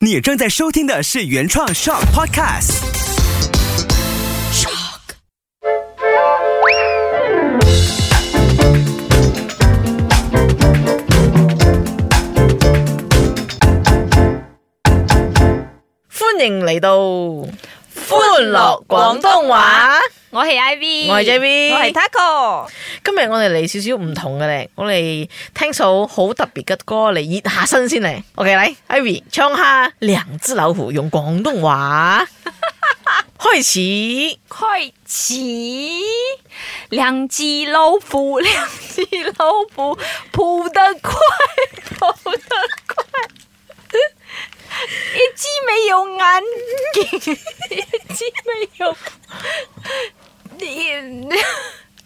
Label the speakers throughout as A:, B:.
A: 你正在收听的是原创 Shock Podcast。
B: 欢迎嚟到欢乐广东话。
C: 我係 Ivy，
B: 我係 JB
C: 我係 Taco。
B: 今日我哋嚟少少唔同嘅咧，我哋聽首好特別嘅歌嚟熱下身先嚟。OK，嚟 Ivy 唱下《兩隻老虎》，用廣東話開始。
C: 開始，兩隻老虎，兩隻老虎，撲得快，撲得快。一隻沒有眼睛，一隻沒有。 你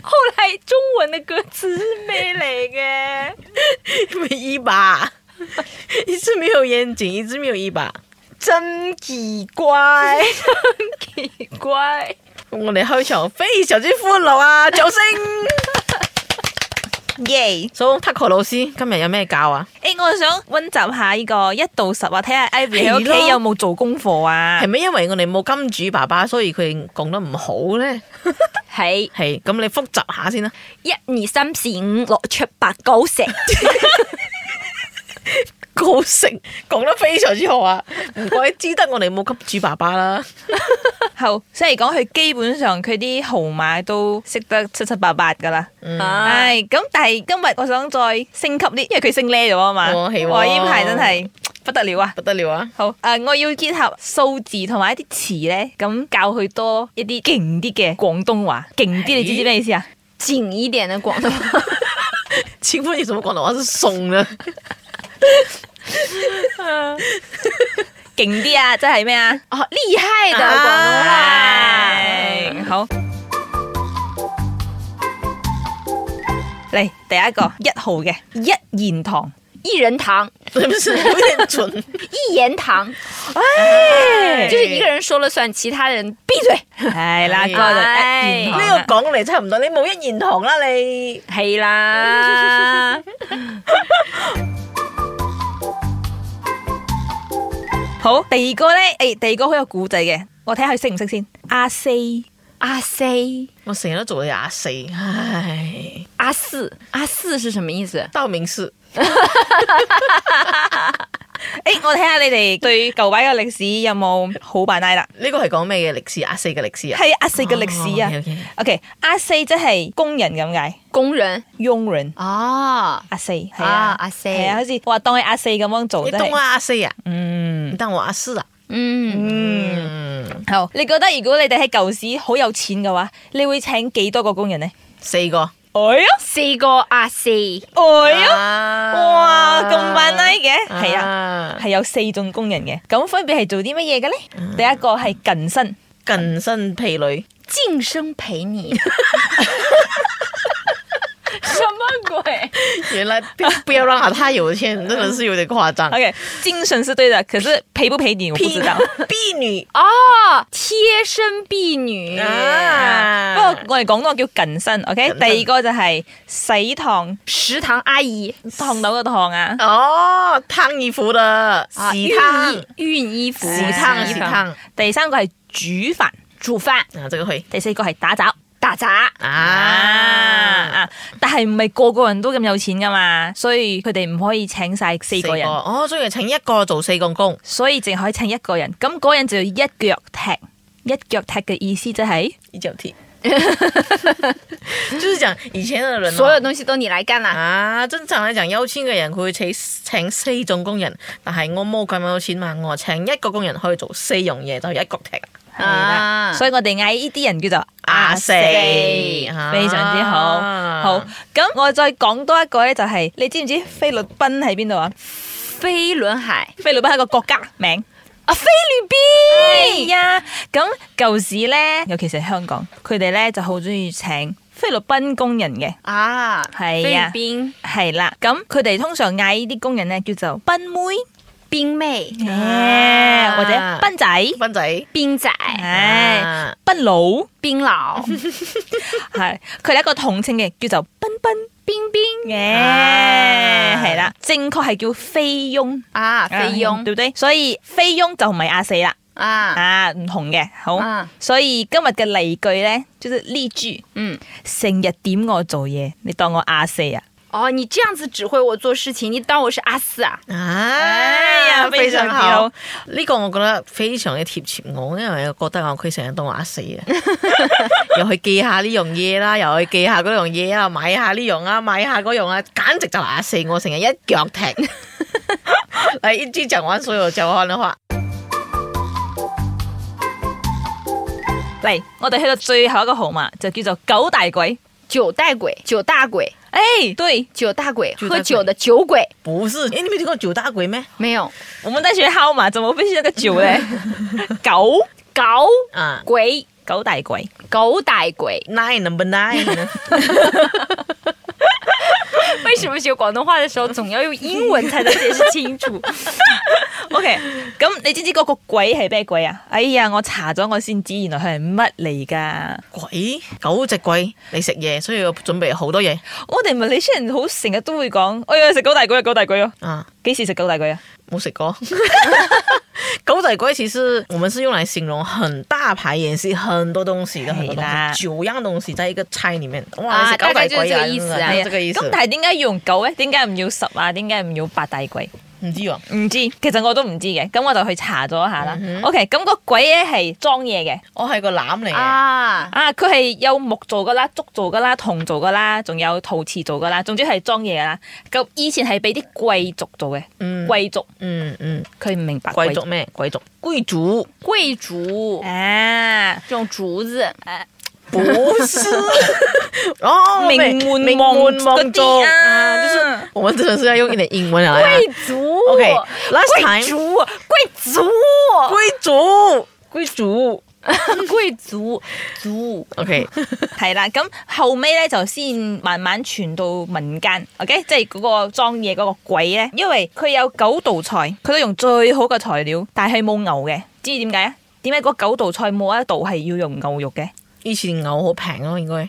C: 後來中文的歌詞咩嚟嘅？
B: 沒一把，一只沒有眼睛，一只沒有一把。
C: 真奇怪，真奇怪。
B: 我哋開場非常之歡樂啊！掌聲。
C: 耶！
B: 所以 Taco 老師今日有咩教啊？
C: 诶、我想温習下呢個一到十啊，睇下 Ivy 喺屋
B: 係咯
C: 企有冇做功課啊
B: 係？咪因為我哋冇金主爸爸，所以佢哋講得唔好咧？
C: 係
B: 係咁，你複習下先啦。
C: 一二三四五六七八九 十，
B: 高盛講得非常之好啊！唔怪之得我哋冇金主爸爸 啦。
D: 后，即系讲佢基本上佢啲號碼都識得七七八八噶啦。
B: 嗯
C: 唉，
B: 啊
D: 唉，咁但係今日我想再升級啲，因為佢升呢咗啊嘛。
B: 哦係喎
D: 我呢排真係不得了啊！
B: 不得了啊！
D: 好，诶、我要結合數字同埋一啲詞咧，咁教佢多一啲勁啲嘅廣東話，勁啲你知唔知咩意思啊？
C: 緊一點的廣東 話，
B: 請問有什麼廣東話是送 呢？
D: 勁啲啊，即係咩啊？
C: 哦，厲害的廣東
D: À.
C: 話。
D: 唉好。嚟第一個一號嘅一言堂。
C: 一人堂，
B: 是不是有點 蠢？
C: 一言堂，
D: 唉
C: 就是一個人說了算，其他人閉嘴。
D: 系啦，
B: 係
D: 嗰個就
C: 唉
D: 一言堂
B: 呢
D: 啦
B: 個講嚟差唔多，你冇一言堂啦你。
C: 係啦，
D: 好，第二個咧，诶，第二個好有古仔嘅，我睇下佢識唔識先。阿四，
C: 阿四，
B: 我成日都做你阿四，唉，
C: 阿四，阿四是什麼意思？
B: 道明寺
D: 诶，我睇下你哋對舊擺嘅歷史有冇好扮拉啦？
B: 呢個係講咩嘅歷史？阿四嘅歷史啊？
D: 係阿四嘅歷史啊
B: 哦，OK，OK。
D: OK，阿四即係工人咁解，
C: 工人
D: 佣人。
C: 啊，
D: 阿四係
C: 啊
D: 啊，
C: 阿四
D: 係啊，好似話當佢阿四咁樣做
B: 你
D: 都
B: 當我
D: 係。
B: 阿四啊？
D: 嗯，
B: 你當我阿四啊？
C: 嗯，
D: 嗯，
B: 嗯，
D: 好，你覺得如果你哋喺舊市好有錢嘅話，你會請幾多個工人呢？
B: 四個。
D: 哎呀，
C: 四個阿四，
D: 哎呀，哇，
B: 哇
D: 咁扮拉嘅，係啊。
B: 啊，
D: 係有四種工人嘅，咁分別係做啲乜嘢嘅咧？第一個係近身，
B: 近身婢女。
C: 晋升陪 你。
D: 什麼鬼
B: 原來不不要让他太有錢，真的是有點誇張。
D: ？OK，精神是對的，可是陪不陪你我不知道。
B: 婢女
C: 哦，贴身婢女
B: 啊，
D: 不過我哋講到叫近身，OK。
B: 近身
D: 第二個就係洗燙
C: 食堂阿姨，
D: 燙斗嘅燙啊，
B: 哦，燙衣服的
C: 啊
B: 洗燙，
C: 熨熨衣服，
B: 洗燙洗啊燙啊，
D: 第三個係煮飯，
C: 煮飯、
B: 這個會
D: 第四個係打雜。
C: 打雜。
B: 啊，
D: 啊！但係唔係個個人都咁有錢噶嘛，所以佢哋唔可以請晒四個人，
B: 哦，所以請一個做四個工，
D: 所以淨可以請一個人。咁嗰個人就要一腳踢，一腳踢嘅意思即係。
B: 一腳踢， 就是講以前的人哦
C: 所有東西都你來幹啦，
B: 啊，正常嚟講，有錢嘅人佢會請請四種工人，但係我冇咁有錢嘛，我請一個工人可以做四樣嘢，就一腳踢。
D: 係啦
C: 啊
D: 所以我哋嗌呢啲人叫做
B: 阿啊
D: 阿
B: 四
D: 四，
B: 啊
D: 非常之好。好，咁我再講多一個咧，就係你知唔知菲律賓喺邊度啊？
C: 飛輪海
D: 菲律賓係一個國家名。
C: 啊，菲律
D: 係
C: 賓
D: 啊，咁舊時咧，尤其是香港，佢哋咧就好中意請菲律賓工人嘅。
C: 啊，
D: 係啊
C: 菲律賓
D: 係啦，咁佢哋通常嗌呢啲工人咧叫做賓妹，
C: 冰妹、
D: 誒或者賓仔，
B: 斌仔，啊
C: 冰仔、
D: 唉，賓佬
C: 冰佬、
D: 係佢哋一個統稱嘅叫做賓賓。
C: 冰冰
D: 嘅，
B: 啊
D: 係啦，正確係叫菲佣，
C: 啊，菲佣
D: 對唔對？所以菲佣就唔係阿四啦，
C: 啊，
D: 啊唔同嘅，好
C: 啊，
D: 所以今日嘅例句咧，就是例句，
C: 嗯，
D: 成日點我做嘢，你當我阿四啊？
C: 哦，你這樣子指揮我做事情，你當我是阿四啊？
B: 哎呀，非常
D: 之
B: 好！呢個我覺得非常嘅貼切我，因為我覺得我佢成日當我阿四 啊，又去記下呢樣嘢啦，又去記下嗰樣嘢啊，買下呢樣啊，買下嗰樣啊，簡直就係阿四，我成日一腳 踢。嚟，一支講完所有就看的話，
D: 嚟，我哋去到最後一個號碼，就叫做九大鬼。
C: 九大鬼，九大鬼，
D: 哎，對，
C: 九大鬼，
B: 九大鬼
C: 喝酒的酒鬼，
B: 不是？哎，你未聽過九大鬼咩？
C: 沒有
D: 我們在學號碼，怎麼會是那個九 咧？九
C: 九
B: 啊
C: 鬼，
D: 九大鬼，
C: 九大 鬼。
B: ，nine number nine 呢
C: 為什麼學廣東話的時候總要用英文才能解釋清楚？
D: OK，咁你知唔知嗰個鬼係咩鬼啊？哎呀，我查咗我先知，原來佢係乜嚟㗎？
B: 鬼九隻鬼，你食嘢，所以要準備好多嘢
D: 我哋咪你雖然好成日都會講，哎呀食九大鬼啊，九大鬼啊，
B: 啊。
D: 幾時食九大鬼啊？
B: 冇食过。 狗仔龟其实我们是用来形容很大牌演戏，很多东西的，很多
D: 对啦
B: 东西，九样东西在一个菜里面。哇，
C: 啊
B: 你是狗仔嗯龟
C: 大概就是这个意思啊
B: 真的这个意思。
D: 哎咁但係點解要用九咧？點解唔要十啊？點解唔要八大鬼？
B: 唔知喎，
D: 唔知，其實我都唔知嘅。咁我就去查咗一下啦。OK，咁
B: 嗯
D: 個鬼咧係裝嘢嘅。
B: 我系个腩嚟嘅，
C: 啊，
D: 啊！佢係有木做噶啦、竹做噶啦、銅做噶啦，仲有陶瓷做噶啦，總之係裝嘢噶啦。咁以前係俾啲貴族做嘅，
B: 嗯
D: 貴族
B: 嗯嗯，
D: 佢唔明白
B: 贵族咩？贵族，贵族
C: 桂竹
D: 啊，
C: 这種竹子，
B: 不是 哦，
D: 名
B: 明
D: 門
B: 名
D: 望
B: 門望
D: 嗰
B: 族
D: 啲
B: 啊，
D: 啊
B: 就是我们真的是要用一点英文来啊。
C: 桂竹
B: OK，last time，
C: 竹，
D: 啊
C: 桂 竹，
B: 贵族，贵族
C: 桂竹，竹，
B: ，OK，
D: 係啦。咁後尾咧就先慢慢傳到民間，OK，即係嗰個裝嘢嗰個鬼咧，因為佢有九道菜，佢都用最好嘅材料，但係佢冇牛嘅，知唔知點解啊？點解嗰九道菜冇一道係要用牛肉嘅？
B: 以前牛好平咯，應該。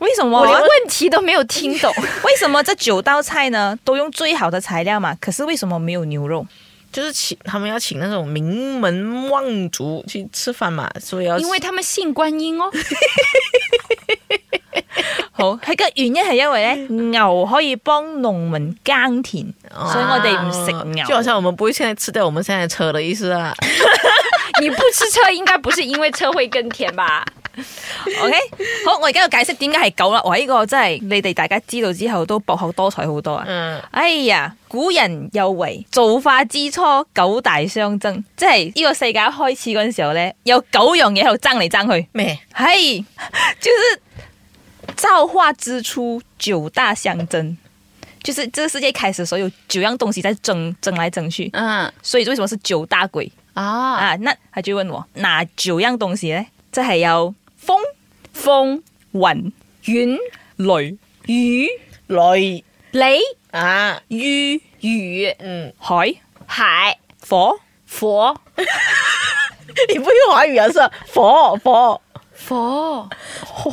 D: 為什麼？
C: 我連問題都沒有聽 懂。
D: 为什么这九道菜呢都用最好的材料啊嘛？可是为什么没有牛肉？
B: 就是请他们要请那种名门望族去吃饭嘛，所以要
C: 因為他們信觀音哦，
D: 好，佢嘅原因係因為咧牛可以幫農民耕田，
B: 哦
D: 所以我哋唔食牛。
B: 就好像我们不会现在吃掉我们现在车的意思啊。
C: 你不吃車應該不是因為車會更甜吧？
D: OK，好，我而家要解釋點解係狗啦。哇，呢、個真係你哋大家知道之後都博學多才好多啊！
B: 嗯，
D: 哎呀，古人有為造化之初，九大相爭，即係呢個世界一開始嗰陣時候咧，有九樣嘢喺度爭嚟爭去。
B: 咩？
D: 嘿，就是造化之初，九大相争，就是这个世界开始的时候有九样东西在争，争来争去，
C: 嗯
D: 所以为什么是九大鬼
C: 啊，
D: 啊？那他就问我哪九样东西呢？这还有风、
C: 風、
D: 云、
C: 雲、
D: 雷、
C: 雨、
B: 雷
C: 雷、
B: 啊，
C: 雨、雨、
B: 嗯，
D: 海、
C: 海、
D: 火、
C: 佛、
B: 你不用华语啊？是啊佛佛
C: 佛、
B: 火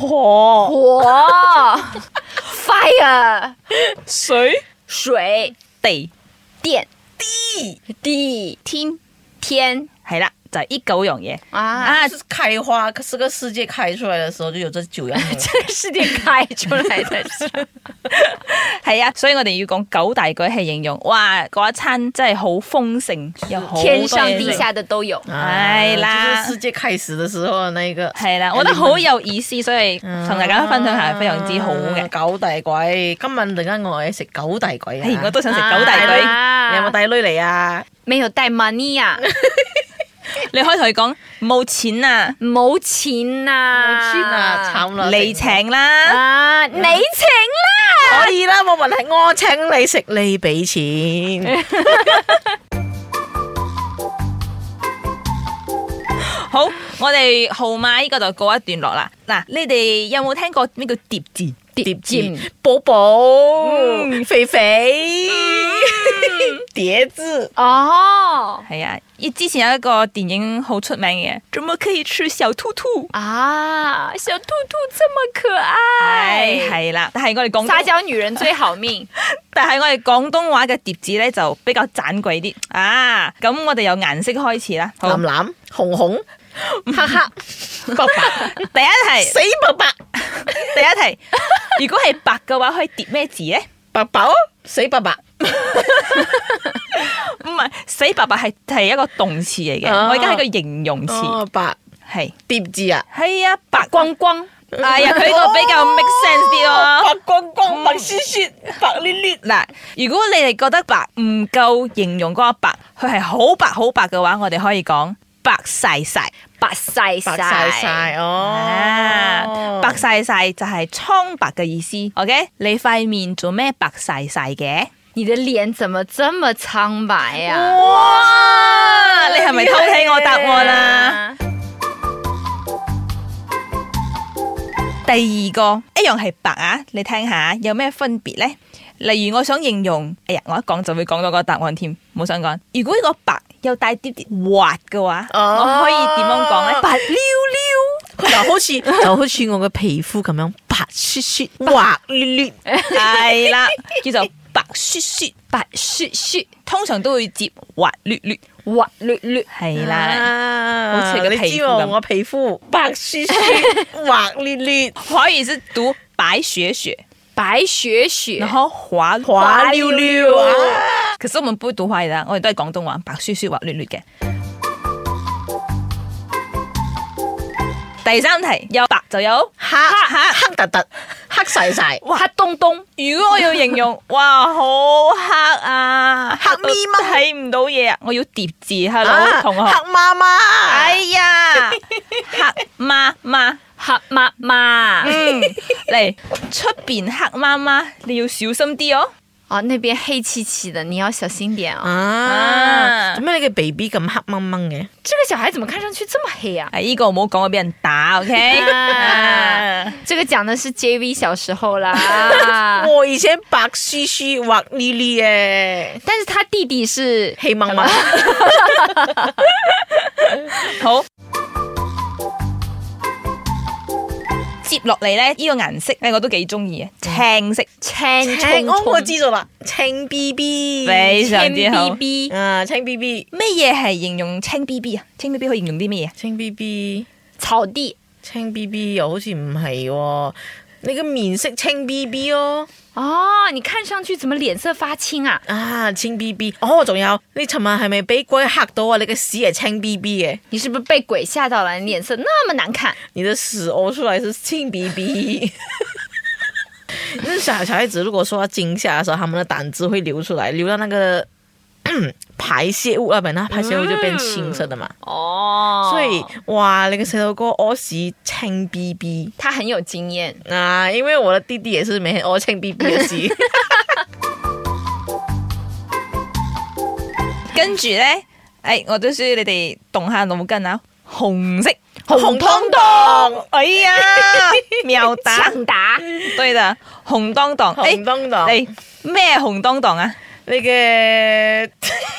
C: 火、fire、
D: 水、
C: 水、
D: 地、
C: 電、地、地、
D: 天，
C: 天
D: 系啦，就系、呢九样嘢
C: 啊，
D: 啊
B: 啊，。是开花，是个世界开出来的时候就有这九样东 西。
C: 这是得開出來的事。
D: 系啊，所以我哋要講九大鬼係形容，哇，嗰一餐真係好豐盛，又好多嘢
C: 天上地
D: 食
C: 下的 都有。啊
B: 哎
D: 哎啦
B: 就是世界开始的时候的那 个。
D: 係
C: 嗯
D: 啦，我覺得好有意思，所以同大家分享下係非常之好嘅。
C: 嗯
B: 九大鬼，今晚突然間我係食九大鬼啊！
D: 嘿哎我都想食
C: 啊
D: 九大鬼，
B: 你有冇帶女嚟啊？
C: 沒有帶 money 啊？
D: 你可以同佢講冇錢啊，
C: 冇錢啊！
B: 冇錢啊，慘啦！
D: 你
B: 食
D: 請啦，
C: 啊！你請啦！
B: 可以啦，冇問題。我請你食，你俾錢。
D: 好，我哋號碼呢個就告一段落啦。嗱，你哋有冇聽過咩叫疊字？
B: 碟
C: 尖
B: 字，寶寶，肥肥，碟字。
C: 哦
D: 系啊，一之前有一個電影好出名嘅，怎麼可以吃小兔兔？
C: 啊，小兔兔这么可
D: 唉，
C: 爱，
D: 係啦，哎但係我哋廣
C: 撒
D: 東，
C: 娇女人最 好命
D: 但係我哋廣東話嘅碟子咧就比較盞貴啲啊。咁我哋由顏色開始啦，好，
B: 藍藍、紅紅、黑黑、 白白、
D: 第一題，
B: 死白白、
D: 第一題，如果係白嘅話，可以疊咩字咧？
B: 白白、死白白。
D: 唔係死白白係係一個動詞嚟嘅，
B: 哦
D: 我而家係個形容詞，
B: 哦，白
D: 係
B: 碟字啊，
D: 係啊，白
C: 光光。哦
D: 哎呀，佢呢個比較 make sense 啲咯。
B: 白光光、白雪雪、白咧咧。
D: 嗱，如果你哋覺得白唔夠形容嗰個白，佢係好白好白嘅話，我哋可以講白晒晒。
C: 白晒
B: 白晒晒
D: 啊
B: 哦，
D: 白晒晒就係蒼白嘅意思。OK，你塊面做咩白晒晒嘅？
C: 你的脸怎么这么苍白啊呀、哦
D: 哇！啊你係咪偷睇我答案啊？
C: 哎
D: 第二個一樣係白啊，你聽下有咩分別呢？例如我想形容，哎呀，我一講就會講到個答案添，冇想講。如果呢個白又帶啲啲滑嘅話，
B: 哦
D: 我可以點樣講呢？白溜溜。
B: 就好似就好似我嘅皮膚咁樣白雪雪、滑咧咧。
D: 系啦，叫做白雪雪，
C: 白雪雪，
D: 通常都會接滑捋捋，
C: 滑捋捋，啊
D: 係啦，
B: 啦
D: 好似
B: 啊
D: 你嘅
B: 你
D: 皮膚
B: 知我
D: 咁
B: 我皮膚白雪 雪、滑咧咧、
D: 可以是讀白雪雪，
C: 白雪雪
D: 然，後滑
B: 滑溜溜啊。
D: 可是我們不會讀華語啦，我哋都係廣東話，白雪雪滑捋捋嘅。第三題有白就有
B: 黑
D: 黑
B: 黑突突、黑晒晒、
C: 黑冬冬，
D: 如果我要形 容，哇，好黑啊，
B: 黑咪
D: 到睇唔到嘢啊，我要疊字，hello
B: 啊
D: 同學，
B: 黑媽媽。
D: 哎呀， 黑媽媽。
C: 黑媽媽。
D: 嗯，嚟出边黑媽媽，你要小心啲哦。
C: 哦，那邊黑漆漆的，你要小心點
D: 嗯
C: 啊！
B: 啊，做咩你嘅 baby 咁黑掹掹嘅？，
C: 這個小孩怎麼看上去這麼黑啊？
D: 啊，呢、個唔好講，我俾人打，OK？
C: 啊
D: 啊
C: 這個講的是 JV 小時 候啦
B: 我以前白雪雪、滑咧咧
C: 但是他弟弟是
B: 嘅，黑掹掹。
D: 好。接落嚟咧，呢、個顏色咧我都幾中意嘅，啊青色，
C: 青
B: 青
C: 葱
B: 哦，我
C: 葱，
B: 知道啦，青 B B，
D: 非常之好
C: 青。B B
B: 啊，青 B B，
D: 咩嘢係形容青 B B 啊？青 B B 可以形容啲咩嘢？
B: 青 B B，
C: 草地
B: 青 B B 又好似唔係喎，你個面色青 B B 哦，
C: 哦，你看上去怎麼臉色發青啊？
B: 啊，青 B B，哦，仲有你尋日係咪俾鬼嚇到啊？你嘅屎係青 B B 嘅，
C: 你是不是被鬼嚇到了？你臉色那麼難看，
B: 你的屎屙出來是青 B B。那小小孩子如果受到驚嚇的時候，他們的膽汁會流出來，流到那個 排泄物那邊，那排泄物就變青色的嘛。
C: 哦，
B: 所以哇，你個細路哥屙屎青 B B
C: 他很有經驗。
B: 啊！因為我的弟弟也是每天屙青 B B 嘅 屎，
D: 跟住咧，誒、我都需要你哋動下腦筋啊！紅色，
B: 紅湯湯，
D: 哎呀，妙打，
C: 抢答，
D: 對啦，紅當當，哎
B: 紅當當，
D: 嚟咩紅當當啊？
B: 你嘅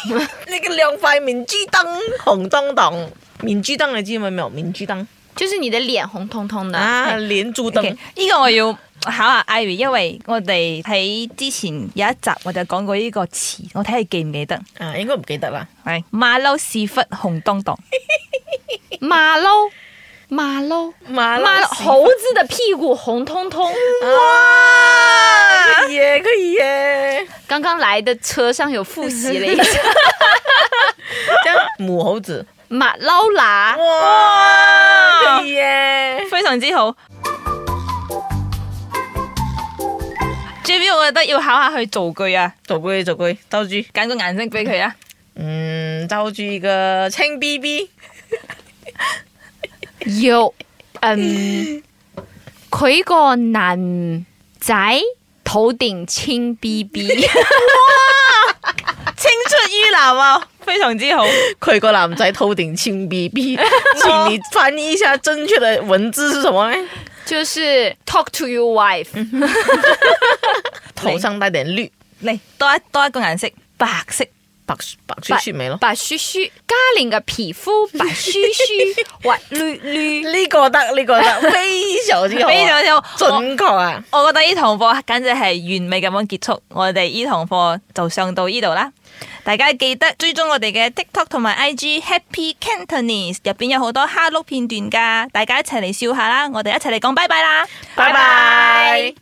B: 你嘅兩塊面珠燈紅當當，面珠燈你知唔知咩？面珠燈
C: 就是你的臉紅彤彤的。
B: 啊，連珠
D: OK，
B: 燈
D: 呢、個我要 考下 Ivy，因為我哋喺之前有一集我就講過呢個詞，我睇你記唔記得？
B: 啊，應該唔記得啦。
D: 係馬騮屎忽紅當當，
C: 馬騮，馬騮，
B: 馬
C: 馬
B: 騮
C: 騮，
B: 屎
C: 猴子的屁股紅彤彤。
B: 哇！可以耶，可以耶！
C: 剛剛來的車上有複習了一下，
B: 這樣母猴子，
C: 馬騮啦，
B: 哇！可以耶！
D: 非常之好。最尾我覺得要考下佢造句啊，
B: 做鬼做鬼，兜住。
D: 揀個顏色俾佢啊。
B: 嗯，罩住一个青 B B，
C: 有，嗯，佢個男仔頭頂青 B B，
D: 青出於藍啊，非常之好。
B: 佢个 男仔头顶青 B B，请你翻译一下正确的文字是什么呢？
C: 就是 talk to your wife，
B: 頭生低定綠
D: 嚟多一多一個顏色，白色。
B: 白白雪雪味咯。
C: 白雪雪，嘉玲嘅皮膚白雪雪滑捋捋。
B: 呢個得，呢個 得，非常之好啊，
D: 非常之好
B: 準確啊！
D: 我覺得呢堂課簡直係完美咁樣結束，我哋呢堂課就上到呢度啦。大家記得追蹤我哋嘅 TikTok 同埋 IG Happy Cantonese，入邊有好多蝦碌片段㗎，大家一齊嚟笑下啦！我哋一齊嚟講拜拜啦，
B: 拜拜。